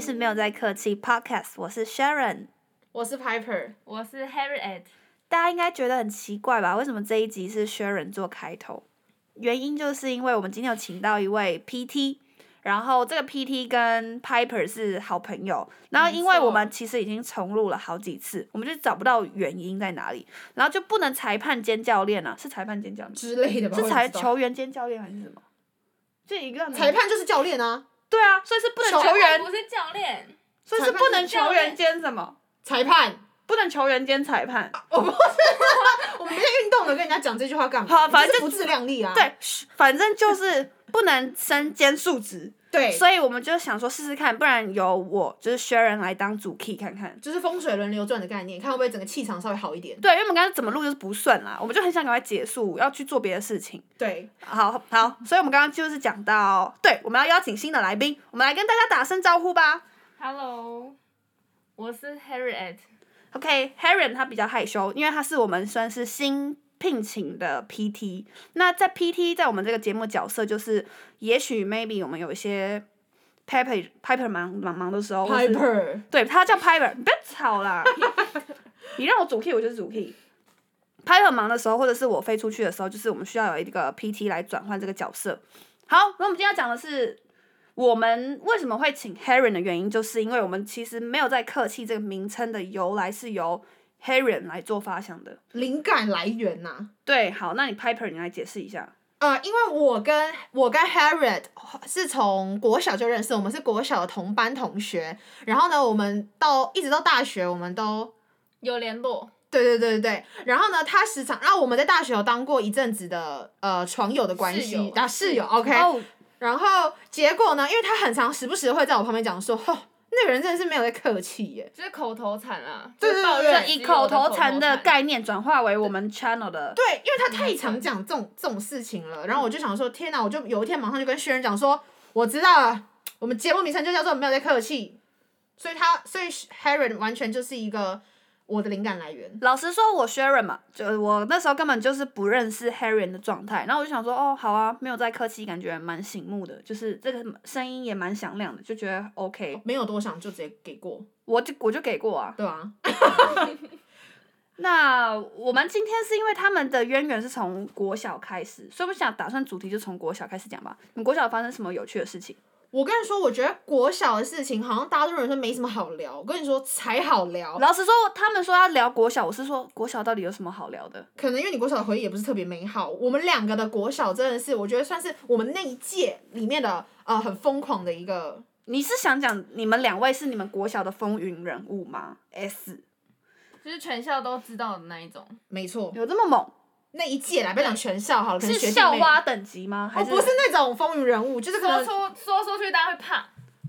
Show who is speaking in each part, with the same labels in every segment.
Speaker 1: 是没有在客气 Podcast，我是 Sharon。
Speaker 2: 我是 Piper，
Speaker 3: 我是 Harriet，
Speaker 1: 大家应该觉得很奇怪吧？为什么这一集是 Sharon 做开头？原因就是因为我们今天有请到一位 PT，然后这个 PT 跟 Piper 是好朋友，然后因为
Speaker 2: 没错
Speaker 1: 我们其实已经重录了好几次，我们就找不到原因在哪里，然后就不能裁判兼教练啊，是裁判兼教练吗，
Speaker 2: 之类的吧？
Speaker 1: 是
Speaker 2: 我也
Speaker 1: 裁
Speaker 2: 不知道
Speaker 1: 球员兼教练还是什么？就一个
Speaker 2: 裁判就是教练啊，
Speaker 1: 对啊，所以是不能
Speaker 2: 球
Speaker 1: 球员，
Speaker 3: 不是教练，
Speaker 1: 所以是
Speaker 2: 裁判
Speaker 1: 不能
Speaker 2: 是
Speaker 1: 球
Speaker 3: 教
Speaker 1: 员
Speaker 3: 练
Speaker 1: 兼什么？
Speaker 2: 裁判。
Speaker 1: 不能球员兼裁判。
Speaker 2: 我们在运动的跟人家讲这句话干嘛？
Speaker 1: 好反正
Speaker 2: 这是不自量力啊。
Speaker 1: 对，嘘反正就是 不能身兼数职，
Speaker 2: 对，
Speaker 1: 所以我们就想说试试看，不然由我就是 Sharon 来当主 key 看看。
Speaker 2: 就是风水轮流转的概念，看会不会整个气场稍微好一点。
Speaker 1: 对，因为我们刚刚怎么录就是不顺啦，我们就很想赶快结束，要去做别的事情。
Speaker 2: 对，
Speaker 1: 好好，所以我们刚刚就是讲到，对，我们要邀请新的来宾，我们来跟大家打声招呼吧。
Speaker 3: Hello，我是 Harriet，
Speaker 1: OK，Harry 他比较害羞，因为他是我们算是新聘请的 PT。那在 PT 在我们这个节目角色就是，也许 maybe 我们有一些 Piper Piper 忙忙忙的时候或是
Speaker 2: Piper，
Speaker 1: 对他叫 Piper，你不要吵啦，你让我主 key 我就是主 key。Piper 忙的时候，或者是我飞出去的时候，就是我们需要有一个 PT 来转换这个角色。好，那我们今天要讲的是，我们为什么会请 Harry 的原因，就是因为我们其实没有在客气这个名称的由来是由 Harry 来做发想的。
Speaker 2: 灵感来源呐、
Speaker 1: 对，好，那你 Piper 你来解释一下。
Speaker 2: 呃，因为我跟我跟 Harriet 哦是从国小就认识，我们是国小的同班同学。然后呢，我们到一直到大学，我们都
Speaker 3: 有联络，
Speaker 2: 对对对对对。然后呢，他时常，然后我们在大学有当过一阵子的呃床友的关
Speaker 3: 室友
Speaker 2: 系，啊室友，OK。
Speaker 1: 哦，
Speaker 2: 然后结果呢，因为他很常时不时会在我旁边讲说，哦，那个人真的是没有在客气耶。
Speaker 3: 就是口头禅啊，
Speaker 2: 对
Speaker 3: 就是
Speaker 2: 对
Speaker 3: 抱
Speaker 2: 对
Speaker 3: 怨
Speaker 1: 以
Speaker 3: 自己有
Speaker 1: 口头
Speaker 3: 头
Speaker 1: 禅的
Speaker 3: 概
Speaker 1: 概念转化为我们 channel 的
Speaker 2: 对，因为他太常讲这种这种事情了，然后我就想说，天哪！我就有一天马上就跟轩仁讲说，我知道了，我们节目名称就叫做没有在客气，所以他所以 Harry 完全就是一个我的灵感来源。
Speaker 1: 老实说，我 Sharon 嘛，就我那时候根本就是不认识 Harry 的状态，然后我就想说，哦，好啊，没有在客气，感觉蛮醒目的，就是这个声音也蛮响亮的，就觉得 OK，
Speaker 2: 没有多想就直接给过，
Speaker 1: 我就我就给过啊。
Speaker 2: 对啊，
Speaker 1: 那我们今天是因为他们的渊源是从国小开始，所以我想打算主题就从国小开始讲吧。你国小发生什么有趣的事情？
Speaker 2: 我跟你说，我觉得国小的事情好像大家都有人说没什么好聊，我跟你说才好聊，
Speaker 1: 老实说，他们说要聊国小，我是说国小到底有什么好聊的？
Speaker 2: 可能因为你国小的回忆也不是特别美好，我们两个的国小真的是，我觉得算是我们那一届里面的呃很疯狂的一个，
Speaker 1: 你是想讲你们两位是你们国小的风云人物吗？S
Speaker 3: 念，就是全校都知道的那一种，
Speaker 2: 没错，
Speaker 1: 有这么猛？
Speaker 2: 那一届啦，不要讲全校好了，可能
Speaker 1: 是
Speaker 2: 学弟
Speaker 1: 校
Speaker 2: 妹
Speaker 1: 蛙等级吗？还
Speaker 2: 哦，不是那种风云人物，就是可
Speaker 3: 说
Speaker 2: 能
Speaker 3: 出说出去大家会怕，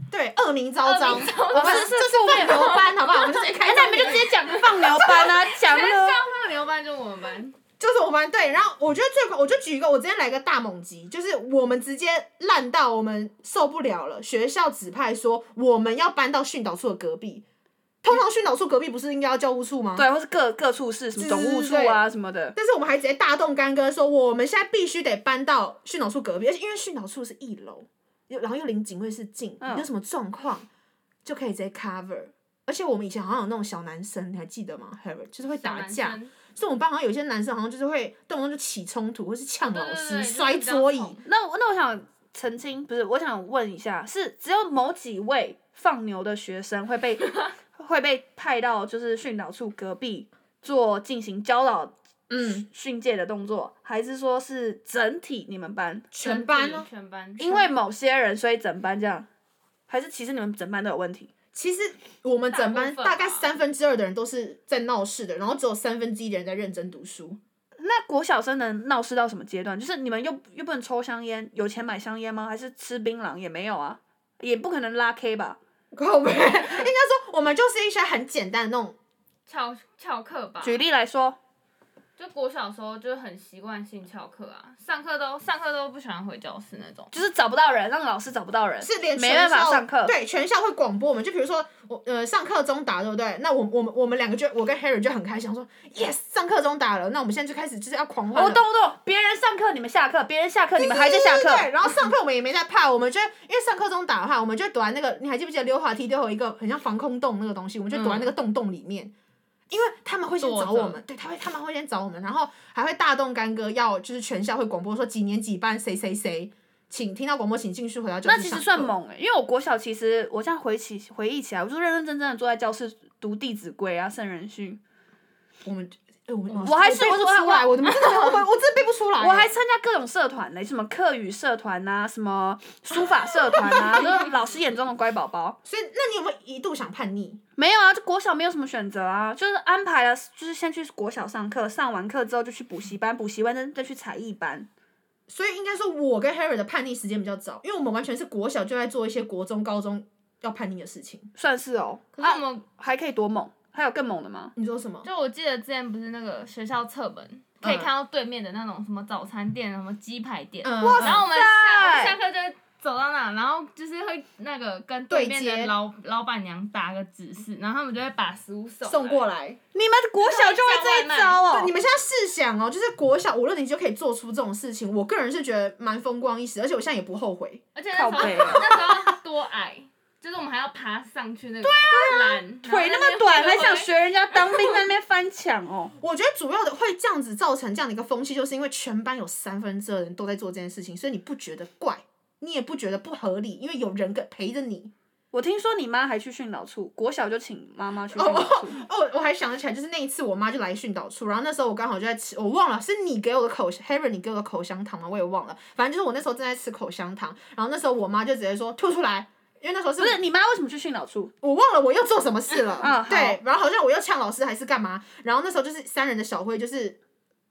Speaker 2: 对恶名昭彰，我
Speaker 3: 恶
Speaker 2: 们
Speaker 3: 名昭彰
Speaker 2: 就是
Speaker 1: 是
Speaker 2: 就是放牛班，好不哎好？我们直接
Speaker 3: 哎
Speaker 2: 开，
Speaker 1: 那你们就直接讲放牛班 啊，讲
Speaker 3: 全校
Speaker 1: 了。
Speaker 3: 放牛班就我们班，
Speaker 2: 就是我们对，然后我觉得最，我就举一个，我之前来个大猛击，就是我们直接烂到我们受不了了，学校指派说我们要搬到训导处的隔壁。通常训导处隔壁不是应该要教务处吗？
Speaker 1: 对，或是各各处室，什么总务处啊什么的。
Speaker 2: 但是我们还直接大动干戈说，我们现在必须得搬到训导处隔壁，而且因为训导处是一楼，又然后又离警卫室近，
Speaker 1: 嗯
Speaker 2: 有什么状况就可以直接 cover。而且我们以前好像有那种小男生，你还记得吗 h a r r y 就是会打
Speaker 3: 小
Speaker 2: 架，
Speaker 3: 男生，
Speaker 2: 所以我们班好像有些男生好像就是会动不动就起冲突，或是呛老师、
Speaker 3: 对对对
Speaker 2: 摔桌椅
Speaker 3: 就是比较。宠
Speaker 1: 那我那我想澄清，不是，我想问一下，是只有某几位放牛的学生会 被会被派到就是训导处隔壁做进行教导
Speaker 2: 嗯，
Speaker 1: 训诫的动作，还是说是整体你们班
Speaker 2: 全班
Speaker 3: 整
Speaker 2: 呢
Speaker 3: 体？全班，
Speaker 1: 因为某些人所以整班这样，还是其实你们整班都有问题？
Speaker 2: 其实我们整班
Speaker 3: 大部
Speaker 2: 大
Speaker 3: 分吧
Speaker 2: 概三分之二的人都是在闹事的，然后只有三分之一的人在认真读书。
Speaker 1: 那国小生能闹事到什么阶段？就是你们又又不能抽香烟，有钱买香烟吗？还是吃槟榔也没有啊？也不可能拉 K 吧？
Speaker 2: 靠 背，应该说我们就是一些很简单的那种
Speaker 3: 翘翘课吧，
Speaker 1: 举例来说，
Speaker 3: 就国小的时候就是很习惯性翘课啊，上课都上课都不喜欢回教室那种。
Speaker 1: 就是找不到人，让老师找不到人，
Speaker 2: 是连
Speaker 1: 没办
Speaker 2: 全校
Speaker 1: 法上课。，
Speaker 2: 对，全校会广播我们，就比如说我呃上课中打，对不对？那我我们我们两个就我跟 Harry 就很开心，想说 yes 上课中打了，那我们现在就开始就是要狂欢了。
Speaker 1: 哦我懂我懂，别人上课你们下课，别人下课你们还在下
Speaker 2: 对对对，
Speaker 1: 课，
Speaker 2: 然后上课我们也没在怕，我们就因为上课中打的话，我们就躲在那个，你还记不记得溜滑梯溜有一个很像防空洞那个东西，我们就躲在那个洞洞里
Speaker 1: 嗯
Speaker 2: 面。因为他们会先找我
Speaker 3: 躲
Speaker 2: 们，对，他会他们会先找我们，然后还会大动干戈，要就是全校会广播说几年几班谁谁谁，请听到广播请进去回到教室
Speaker 1: 那其
Speaker 2: 上
Speaker 1: 实算
Speaker 2: 课
Speaker 1: 猛诶、欸因为我国小其实我这样回起回忆起来，我就认认真真的坐在教室读《弟子规》啊、《圣人训
Speaker 2: 我们，哎，我们
Speaker 1: 我还是
Speaker 2: 背
Speaker 1: 我
Speaker 2: 不
Speaker 1: 我
Speaker 2: 出来，
Speaker 1: 我
Speaker 2: 我怎么真的 我我真的背不出来。》，
Speaker 1: 我还参加各种社团呢、什么课语社团呐、什么书法社团啊，都是老师眼中的乖宝宝。
Speaker 2: 所以，那你有没有一度想叛逆？
Speaker 1: 没有啊，就国小没有什么选择啊，就是安排了，就是先去国小上课，上完课之后就去补习班，补习班再再去才艺班。
Speaker 2: 所以应该说，我跟 Harry 的叛逆时间比较早，因为我们完全是国小就在做一些国中、高中要叛逆的事情。
Speaker 1: 算是哦。
Speaker 3: 可是
Speaker 1: 啊
Speaker 3: 我们、
Speaker 1: 还可以多猛？还有更猛的吗？
Speaker 2: 你说什么？
Speaker 3: 就我记得之前不是那个学校侧门可以
Speaker 2: 嗯
Speaker 3: 看到对面的那种什么早餐店、什么鸡排店，
Speaker 2: 嗯，
Speaker 3: 然后我们
Speaker 1: 哇
Speaker 3: 下
Speaker 1: 塞
Speaker 3: 下课就会走到那，然后就是会那个跟对面
Speaker 2: 对接
Speaker 3: 的老老板娘打个指示，然后他们就会把食物送
Speaker 2: 送过
Speaker 3: 来。
Speaker 2: 来。
Speaker 1: 你们国小就会这一招
Speaker 2: 对，
Speaker 1: 哦
Speaker 2: 你。们现在试想哦，就是国小五六年级就可以做出这种事情，我个人是觉得蛮风光一时，而且我现在也不后悔。
Speaker 3: 而且那时候
Speaker 1: 靠背啊
Speaker 3: 那时候多矮，就是我们还要爬上去那个栏，
Speaker 1: 腿那么短，还想学人家当兵在那边翻墙哦？
Speaker 2: 我觉得主要的会这样子造成这样的一个风气，就是因为全班有三分之二人都在做这件事情，所以你不觉得怪，你也不觉得不合理，因为有人跟陪着你。
Speaker 1: 我听说你妈还去训导处，国小就请妈妈去训导处。
Speaker 2: 哦，我还想得起来，就是那一次我妈就来训导处，然后那时候我刚好就在吃，我忘了是你给我的口 h a r r y 你给我的口香糖吗？我也忘了，反正就是我那时候正在吃口香糖，然后那时候我妈就直接说吐出来，因为那时候是
Speaker 1: 不是你妈为什么去训导处？
Speaker 2: 我忘了我又做什么事 了，
Speaker 1: 嗯好
Speaker 2: 对，然后好像我又呛老师还是干嘛，然后那时候就是三人的小会，就是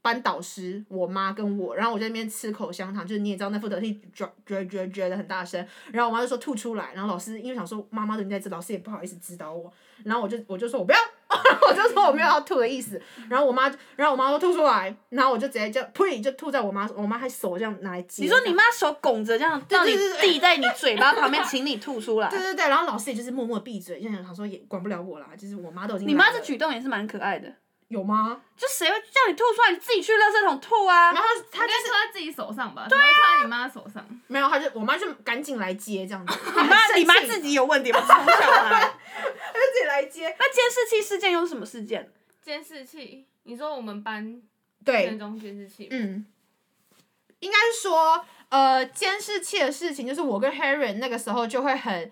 Speaker 2: 班导师、我妈跟我，然后我在那边吃口香糖，就是你也知道那副德气嚼嚼嚼嚼的很大声，然后我妈就说吐出来，然后老师因为想说妈妈都已经在这，老师也不好意思指导我，然后我就我就说我不要。 我就说我没有要吐的意思，然后我妈，然后我妈说吐出来，然后我就直接就呸，就吐在我妈，我妈还手这样拿来接。
Speaker 1: 你说你妈手拱着这样，让你递在你嘴巴旁边，请你吐出来
Speaker 2: 对。对对，然后老师也就是默默闭嘴，就想想说也管不了我啦，就是我妈都已经
Speaker 1: 你妈
Speaker 2: 来
Speaker 1: 这
Speaker 2: 了
Speaker 1: 举动也是蛮可爱的，
Speaker 2: 有吗？
Speaker 1: 就谁会叫你吐出来？你自己去垃圾桶吐啊！
Speaker 2: 然后
Speaker 3: 他
Speaker 2: 他就
Speaker 3: 就应该
Speaker 2: 是
Speaker 3: 吐在自己手上吧，对啊，吐在你妈手上。
Speaker 2: 没有，他就我妈就赶紧来接这样子，
Speaker 1: 你
Speaker 2: 你
Speaker 1: 妈 你妈自己有问题，我从小啊来。
Speaker 2: 她就自己来接，
Speaker 1: 那监视器事件又是什么事件？
Speaker 3: 监视器，你说我们班
Speaker 2: 对
Speaker 3: 卷，中监视器，
Speaker 2: 嗯，应该是说呃监视器的事情，就是我跟 Harry 那个时候就会很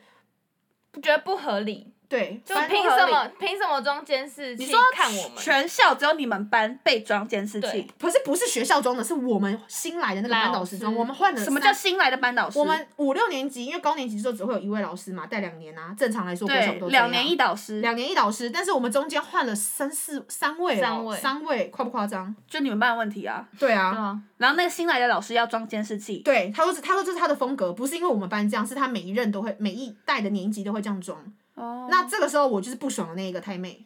Speaker 3: 觉得不合理，
Speaker 2: 对，
Speaker 3: 就
Speaker 1: 反
Speaker 3: 凭
Speaker 1: 不合
Speaker 3: 什
Speaker 1: 理
Speaker 3: 么凭什么装监视器
Speaker 1: 你说
Speaker 3: 看我们？
Speaker 1: 全校只有你们班被装监视器
Speaker 3: 对，
Speaker 2: 可是不是学校装的，是我们新来的那个班导师装，
Speaker 3: 老师
Speaker 2: 我们换了
Speaker 1: 什么
Speaker 2: 三
Speaker 1: 叫新来的班导师？
Speaker 2: 我们五六年级，因为高年级就只会有一位老师嘛，带两年啊，正常来说国小
Speaker 1: 对
Speaker 2: 不都这
Speaker 1: 两
Speaker 2: 样
Speaker 1: 年一导师，
Speaker 2: 两年一导师，但是我们中间换了三四三位哦，
Speaker 3: 三位
Speaker 2: 三位夸不夸张？
Speaker 1: 就你们班的问题啊。
Speaker 2: 对啊
Speaker 3: 对，啊，
Speaker 1: 然后那个新来的老师要装监视器，
Speaker 2: 对，他说是他说这是他的风格，不是因为我们班这样，是他每一任都会每一代的年级都会这样装。
Speaker 1: 哦
Speaker 2: 那这个时候我就是不爽的那一个太妹，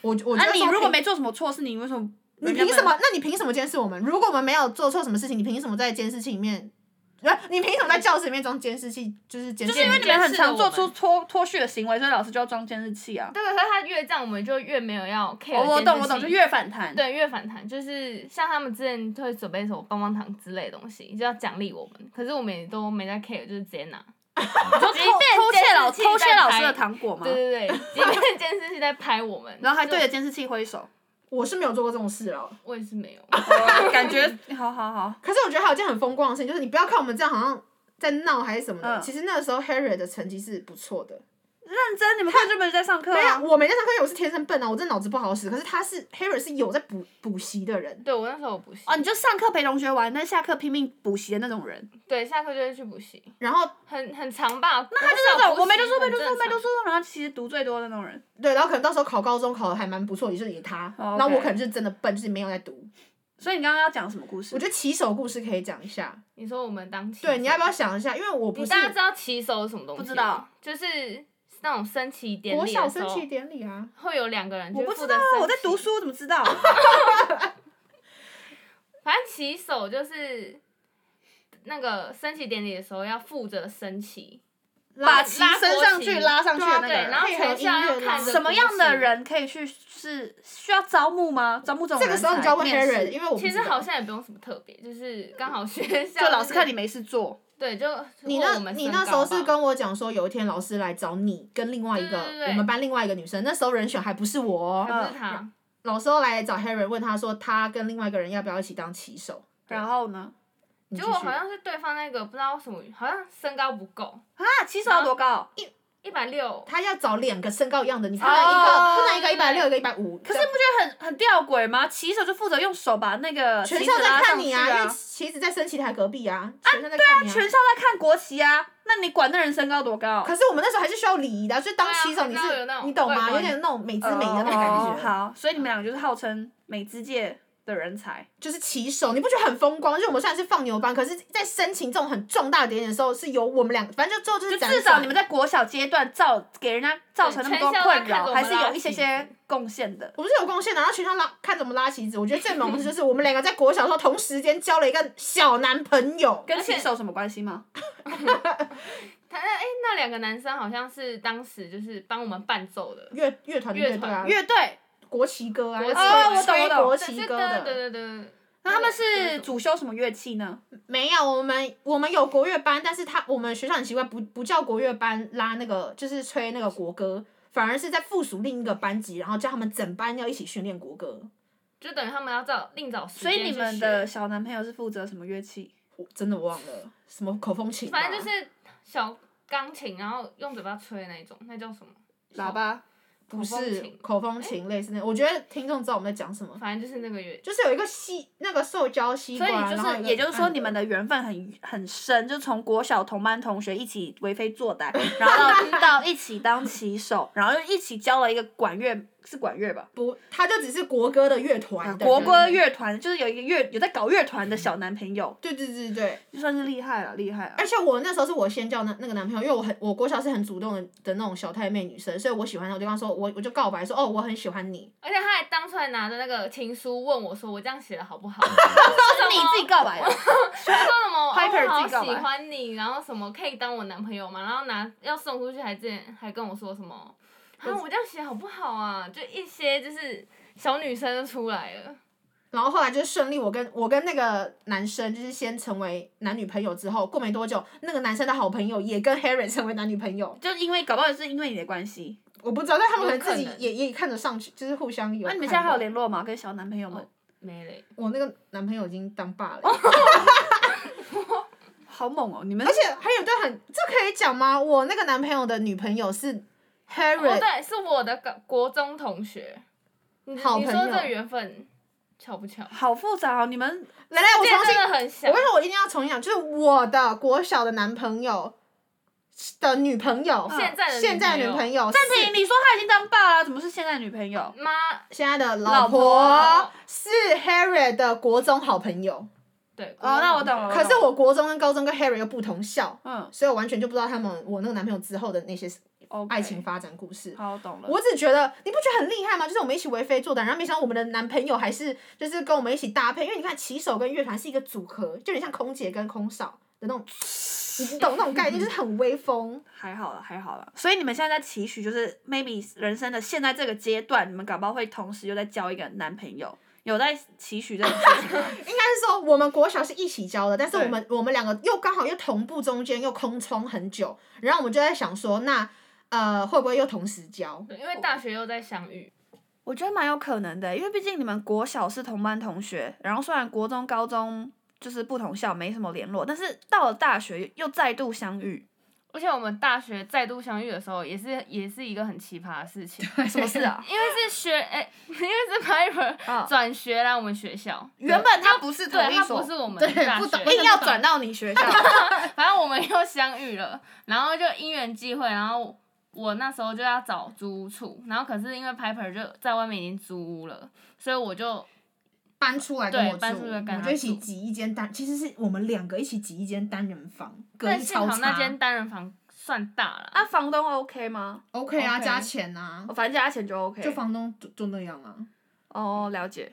Speaker 2: 我我觉
Speaker 1: 那
Speaker 2: 得
Speaker 1: 啊你
Speaker 2: 说
Speaker 1: 如果
Speaker 2: 凭
Speaker 1: 没做什么错事，你为什么？
Speaker 2: 你凭什么？？那你凭什么监视我们？如果我们没有做错什么事情，你凭什么在监视器里面？呃你凭什么在教室里面装监视器？就是监视
Speaker 1: 就
Speaker 2: 器，
Speaker 1: 是因为你们很常做
Speaker 3: 监视
Speaker 1: 出
Speaker 3: 我们
Speaker 1: 脱脱序的行为，所以老师就要装监视器啊。
Speaker 3: 对，可是他越这样，我们就越没有要 care
Speaker 1: 哦，我
Speaker 3: 监
Speaker 1: 懂，
Speaker 3: 视
Speaker 1: 我懂，
Speaker 3: 器
Speaker 1: 就越反弹。，
Speaker 3: 对越反弹，就是像他们之前会准备什么棒棒糖之类的东西，就要奖励我们，可是我们也都没在 care，就是直接 拿。
Speaker 1: 偷
Speaker 3: 即便
Speaker 1: 偷窃老
Speaker 3: 监视器
Speaker 1: 偷窃
Speaker 3: 在
Speaker 1: 老师的
Speaker 3: 拍
Speaker 1: 糖果嘛
Speaker 3: 对，对对，即便监视器在拍我们，
Speaker 1: 然后还对
Speaker 3: 就
Speaker 1: 着监视器挥手，
Speaker 2: 我是没有做过这种事哦。
Speaker 3: 我也是没有。
Speaker 1: 感觉 好好好。
Speaker 2: 可是我觉得还有一件很风光的事情，就是你不要看我们这样好像在闹还是什么的，
Speaker 1: 嗯
Speaker 2: 其实那个时候 Harry 的成绩是不错的。
Speaker 1: 认真，你们根本就没有在上课
Speaker 2: 没
Speaker 1: 啊
Speaker 2: 有，！我没在上课，因为我是天生笨啊，我真的脑子不好使。可是他是 Harry 是有在补补习的人，
Speaker 3: 对我那时候我补习，
Speaker 1: 哦，你就上课陪同学玩，但下课拼命补习的那种人。
Speaker 3: 对，下课就会去补习，
Speaker 2: 然后
Speaker 3: 很很长吧。那他
Speaker 1: 他就是那种我没
Speaker 3: 就
Speaker 1: 读书，
Speaker 3: 说
Speaker 1: 没
Speaker 3: 没
Speaker 1: 读
Speaker 3: 就
Speaker 1: 书，
Speaker 3: 说
Speaker 1: 没读
Speaker 3: 就
Speaker 1: 书
Speaker 3: 说，，
Speaker 1: 然后其实读最多的那种人。
Speaker 2: 对，然后可能到时候考高中考的还蛮不错，也就是也他。
Speaker 1: 哦，OK
Speaker 2: 然后我可能就是真的笨，就是没有在读。
Speaker 1: 所以你刚刚要讲什么故事
Speaker 2: 我？觉得骑手故事可以讲一下，
Speaker 3: 你说我们当骑
Speaker 2: 对，你要不
Speaker 3: 要？
Speaker 2: 要想一下？因为我不
Speaker 3: 你
Speaker 2: 是
Speaker 3: 大家知道骑手是什么东西？
Speaker 1: 不知道，
Speaker 3: 就是那种升旗典
Speaker 2: 国
Speaker 3: 礼的
Speaker 2: 小
Speaker 3: 时
Speaker 2: 升
Speaker 3: 候
Speaker 2: 旗典礼啊，
Speaker 3: 会有两个 人，
Speaker 1: 我不知道啊，我在读。书，我怎么知道？
Speaker 3: 起手就是那个升旗典礼的时候要负责升旗，
Speaker 2: 把
Speaker 3: 把
Speaker 2: 旗
Speaker 3: 拉
Speaker 2: 升
Speaker 3: 国
Speaker 2: 上
Speaker 3: 旗
Speaker 2: 去拉上去
Speaker 3: 对
Speaker 2: 的那
Speaker 3: 啊
Speaker 2: 个
Speaker 3: 对
Speaker 2: 人，
Speaker 3: 然后
Speaker 2: 配
Speaker 3: 全
Speaker 2: 合音
Speaker 3: 校要
Speaker 2: 乐拉
Speaker 3: 看着
Speaker 1: 什么样的人可以去？是需要招募吗？招募这种
Speaker 2: 这个时候你就要问
Speaker 1: 人才面
Speaker 2: Harry，
Speaker 1: 试
Speaker 2: 因为我不
Speaker 3: 其
Speaker 2: 知
Speaker 3: 实
Speaker 2: 道
Speaker 3: 好像也不用什么特别，就是刚好学校
Speaker 1: 就老师看
Speaker 3: 你
Speaker 1: 你没事做，
Speaker 3: 对，就
Speaker 2: 你
Speaker 3: 问
Speaker 2: 那
Speaker 3: 我们
Speaker 2: 你
Speaker 3: 身
Speaker 2: 那时候
Speaker 3: 高
Speaker 2: 是
Speaker 3: 吧
Speaker 2: 跟我讲说，有一天老师来找你跟另外一个
Speaker 3: 对对对嗯
Speaker 2: 我们班另外一个女生，那时候人选还不是我哦，
Speaker 3: 还不是他，
Speaker 2: 老师后来找 Harry 问他说，他跟另外一个人要不要一起当骑手？
Speaker 1: 然后呢？
Speaker 2: 你
Speaker 3: 结
Speaker 2: 继续
Speaker 3: 果好像是对方那个不知道什么，好像身高不够，
Speaker 1: 啊，起手要多高？
Speaker 3: 一百六，
Speaker 2: 他要找两个身高一样的，你不能一
Speaker 1: 哦
Speaker 2: 个不能一个一
Speaker 3: 对对
Speaker 2: 百六，一个一百五，
Speaker 1: 可
Speaker 2: 可
Speaker 1: 是你不觉得很很吊诡吗？起手就负责用手把那个
Speaker 2: 全
Speaker 1: 旗
Speaker 2: 校
Speaker 1: 子
Speaker 2: 在
Speaker 1: 拉
Speaker 2: 看
Speaker 1: 上
Speaker 2: 你
Speaker 1: 去
Speaker 2: 啊，因为
Speaker 1: 啊，
Speaker 2: 旗子在升旗台隔壁啊，全校在看你啊。
Speaker 1: 全校在看国旗啊，那你管那人身高多高？
Speaker 2: 可是我们那时候还是需要礼仪的，所以当
Speaker 3: 对啊
Speaker 2: 旗手你
Speaker 3: 还是要有
Speaker 2: 是
Speaker 3: 那种
Speaker 2: 你懂
Speaker 3: 外
Speaker 2: 吗？
Speaker 3: 观
Speaker 2: 有点那种美姿美仪的那
Speaker 1: 哦
Speaker 2: 种感觉，
Speaker 1: 好，所以你们俩就是号称美之界的人才。
Speaker 2: 就是旗手，你不觉得很风光？就我们虽然是放牛班，可是在申请这种很重大的典礼的时候，是由我们两，反正就最后就
Speaker 1: 就是至少你们在国小阶段造给人家造成那么多困扰，还是有一些些贡献的。
Speaker 2: 我们是有贡献的，然后全校拉看着我们拉旗子，我觉得最萌的就是我们两个在国小的时候同时间交了一个小男朋友，
Speaker 1: 跟洗手什么关系吗？
Speaker 3: 他那哎那两个男生好像是当时就是帮我们伴奏的，
Speaker 2: 乐乐团的乐队
Speaker 3: 嗯
Speaker 2: 啊，
Speaker 1: 乐队，
Speaker 2: 国旗歌啊，
Speaker 3: 国旗
Speaker 1: 哦我懂
Speaker 2: 吹
Speaker 1: 我懂
Speaker 2: 国
Speaker 3: 对
Speaker 2: 旗
Speaker 3: 是
Speaker 2: 歌
Speaker 3: 的，对
Speaker 2: 的。
Speaker 3: 对对对，
Speaker 1: 那他们是主修什么乐器呢？
Speaker 2: 没有，我们我们有国乐班，但是他我们学校很奇怪，不不叫国乐班拉那个就是吹那个国歌，反而是在附属另一个班级，然后叫他们整班要一起训练国歌。
Speaker 3: 就等于他们要找另找时
Speaker 1: 所
Speaker 3: 间
Speaker 1: 以
Speaker 3: 去
Speaker 1: 你们
Speaker 3: 学
Speaker 1: 的小男朋友是负责什么乐器？
Speaker 2: 我真的忘了什么口风琴吧，
Speaker 3: 反正就是小钢琴，然后用嘴巴吹那一种，那叫什么？
Speaker 1: 喇叭。
Speaker 2: 不
Speaker 3: 口风
Speaker 2: 是
Speaker 3: 琴
Speaker 2: 口风琴类似那，我觉得听众知道我们在讲什么，
Speaker 3: 反正就是那个乐。
Speaker 2: 就是有一个吸那个塑胶吸
Speaker 1: 所
Speaker 2: 管，
Speaker 1: 以就
Speaker 2: 然后有
Speaker 1: 是，
Speaker 2: 一个
Speaker 1: 也就是说，
Speaker 2: 按
Speaker 1: 你们的缘分很很深，就是从国小同班同学一起为非作 歹，然后到到一起当骑手，然后又一起交了一个管乐，是管乐吧？
Speaker 2: 不，他就只是国歌的乐团的人
Speaker 1: 国歌啊乐团，就是有一个乐有在搞乐团的小男朋友，哎
Speaker 2: 对对对对，
Speaker 1: 就算是厉害了，厉害了。
Speaker 2: 而且我那时候是我先叫那那个男朋友，因为我很我国小是很主动的的那种小太妹女生，所以我喜欢他，我就跟他说我我就告白说哦我很喜欢你，
Speaker 3: 而且他还当出来拿着那个情书问我说：“我这样写的好不好？”
Speaker 1: 是
Speaker 3: 是
Speaker 1: 你自己告白的，
Speaker 3: 他说什么？哦
Speaker 1: Piper
Speaker 3: 我好
Speaker 1: 自己告白
Speaker 3: 喜欢你，然后什么可以当我男朋友嘛？然后拿要送出去，还之前还跟我说什么？啊，我这样写好不好啊？就一些就是小女生就出来了。
Speaker 2: 然后后来就顺利我跟我跟那个男生就是先成为男女朋友之后，过没多久那个男生的好朋友也跟 Harry 成为男女朋友，
Speaker 1: 就因为搞不好是因为你的关系。
Speaker 2: 我不知道，但他们可能
Speaker 3: 有可
Speaker 2: 自己
Speaker 3: 能
Speaker 2: 也也看得上去，就是互相
Speaker 1: 那
Speaker 2: 有看的。
Speaker 1: 啊你们现在还有哦联络吗？跟小男朋友们？
Speaker 3: 没嘞，
Speaker 2: 我那个男朋友已经当爸
Speaker 1: 哦
Speaker 2: 了，
Speaker 1: 好猛哦！你们
Speaker 2: 而且还有一段很，这可以讲吗？我那个男朋友的女朋友是
Speaker 3: 哦
Speaker 2: Harry，、
Speaker 3: 对，是我的高国中同学。你
Speaker 2: 好
Speaker 3: 你
Speaker 2: 朋
Speaker 3: 说
Speaker 2: 友
Speaker 3: 这缘分巧不巧？
Speaker 1: 好复杂哦！你们
Speaker 2: 来来，我
Speaker 3: 这
Speaker 2: 重新
Speaker 3: 真，的很小
Speaker 2: 我跟。你说，我一定要重新讲，就是我的国小的男朋友的女朋友，
Speaker 3: 现在的女
Speaker 2: 现在的
Speaker 3: 朋
Speaker 2: 女
Speaker 3: 友
Speaker 2: 朋友
Speaker 1: 暂
Speaker 2: 是
Speaker 1: 停，你说他已经当爸了，怎么是现在女朋友？
Speaker 3: 妈，
Speaker 2: 现在的
Speaker 1: 老
Speaker 2: 婆
Speaker 3: 婆
Speaker 2: 是 Harry 的国中好朋友，
Speaker 3: 对。
Speaker 1: 哦那我懂了
Speaker 2: 可是我国中跟高中跟 Harry 又不同校，
Speaker 1: 嗯
Speaker 2: 所以我完全就不知道他们我那个男朋友之后的那些
Speaker 1: ，OK，
Speaker 2: 爱情发展故事。
Speaker 1: 好懂了。
Speaker 2: 我只觉得你不觉得很厉害吗？就是我们一起为非作歹，然后没想到我们的男朋友还是就是跟我们一起搭配，因为你看骑手跟乐团是一个组合，就有点像空姐跟空少的那种，你懂那种概念，就是很威风。
Speaker 1: 还好了，还好了。所以你们现在在期许，就是 maybe 人生的现在这个阶段，你们搞不好会同时又在交一个男朋友，有在期许这种事情吗。
Speaker 2: 应该是说我们国小是一起教的，但是我们我们两个又刚好又同步中间又空窗很久，然后我们就在想说，那呃会不会又同时教？
Speaker 3: 因为大学又在相遇，
Speaker 1: 我觉得蛮有可能的，因为毕竟你们国小是同班同学，然后虽然国中、高中就是不同校，没什么联络，但是到了大学又再度相遇。
Speaker 3: 而且我们大学再度相遇的时候，也是也是一个很奇葩的事情，
Speaker 1: 什么事啊？
Speaker 3: 因为是学哎、因为是 Piper
Speaker 1: 嗯
Speaker 3: 转学来我们学校，
Speaker 1: 原本他不是同
Speaker 3: 对
Speaker 1: 一
Speaker 3: 他
Speaker 1: 所
Speaker 3: 不，是我们
Speaker 2: 对
Speaker 3: 大
Speaker 2: 不懂
Speaker 3: 学，
Speaker 1: 硬要转到你 学校，
Speaker 3: 反正我们又相遇了，然后就因缘际会，然后我那时候就要找租屋处，然后可是因为 Piper 就在外面已经租屋了，所以我就
Speaker 2: 搬出来跟
Speaker 3: 对
Speaker 2: 我住，
Speaker 3: 搬出来跟
Speaker 2: 我们
Speaker 3: 他
Speaker 2: 就一起
Speaker 3: 住
Speaker 2: 挤一间单，其实是我们两个一起挤一间单人房，隔
Speaker 3: 但
Speaker 2: 音
Speaker 3: 幸
Speaker 2: 超
Speaker 3: 好
Speaker 2: 差。
Speaker 3: 那间单人房算大了，
Speaker 1: 那啊房东 OK 吗？哦
Speaker 2: OK 啊
Speaker 1: OK
Speaker 2: 加钱啊，
Speaker 1: 反正加钱就 OK。
Speaker 2: 就房东就就那样啊。
Speaker 1: 哦，了解。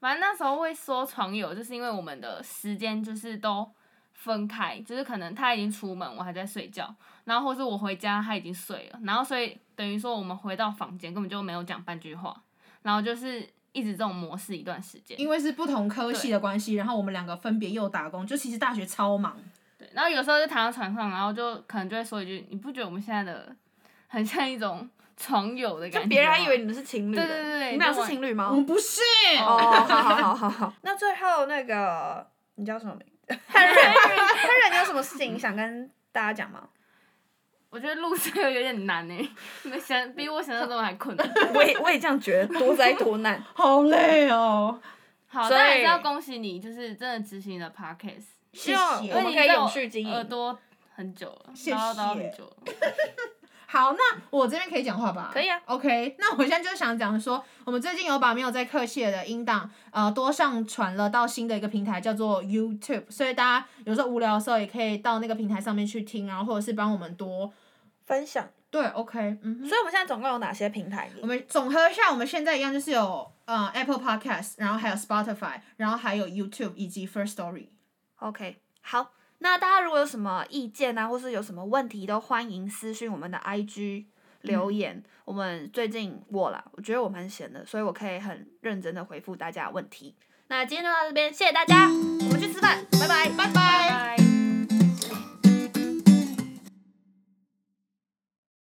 Speaker 3: 反正那时候会说床友，就是因为我们的时间就是都分开，就是可能他已经出门，我还在睡觉，然后或是我回家他已经睡了，然后所以等于说我们回到房间根本就没有讲半句话，然后就是一直这种模式一段时间。
Speaker 2: 因为是不同科系的关系，然后我们两个分别又打工，就其实大学超忙。
Speaker 3: 对，然后有时候就躺在床上，然后就可能就会说一句：“你不觉得我们现在的很像一种 床友的
Speaker 1: 就
Speaker 3: 感觉吗？”
Speaker 1: 别人还以为你们是情侣的，
Speaker 3: 对对对对
Speaker 1: 你们俩
Speaker 3: 就是
Speaker 1: 情侣吗
Speaker 2: 我？们不是，
Speaker 1: 哦，好好好好 好。那最后那个你叫什么名字？汉瑞，汉瑞，你有什么事情想跟大家讲吗？
Speaker 3: 我觉得录这个有点难诶，没想比我想象中还困难。
Speaker 1: 我也我也这样觉得，多灾多 难。
Speaker 2: 好累哦。
Speaker 3: 好，
Speaker 1: 所以
Speaker 3: 当然是要恭喜你，就是真的执行你的 podcast，
Speaker 1: 希望
Speaker 2: 谢谢
Speaker 1: 我们可以永续经
Speaker 3: 耳
Speaker 1: 营。
Speaker 3: 朵很久了，
Speaker 2: 谢谢
Speaker 3: 叨叨很久了。
Speaker 2: 好，那我这边可以讲话吧？
Speaker 1: 可以啊。
Speaker 2: OK，那我现在就想讲说，我们最近有把没有在客蟹的音档，呃，多上传了到新的一个平台，叫做 YouTube，所以大家有时候无聊的时候也可以到那个平台上面去听，然后或者是帮我们多
Speaker 1: 分享。
Speaker 2: 对 OK，嗯哼。
Speaker 1: 所以我们现在总共有哪些平台？
Speaker 2: 我们总和一下，我们现在一样就是有呃 Apple Podcast，然后还有 Spotify，然后还有 YouTube 以及 First Story。
Speaker 1: OK，好，那大家如果有什么意见啊，或是有什么问题，都欢迎私讯我们的 IG 留言。我们最近我啦，我觉得我蛮闲的，所以我可以很认真的回复大家的问题。那今天就到这边，谢谢大家，我们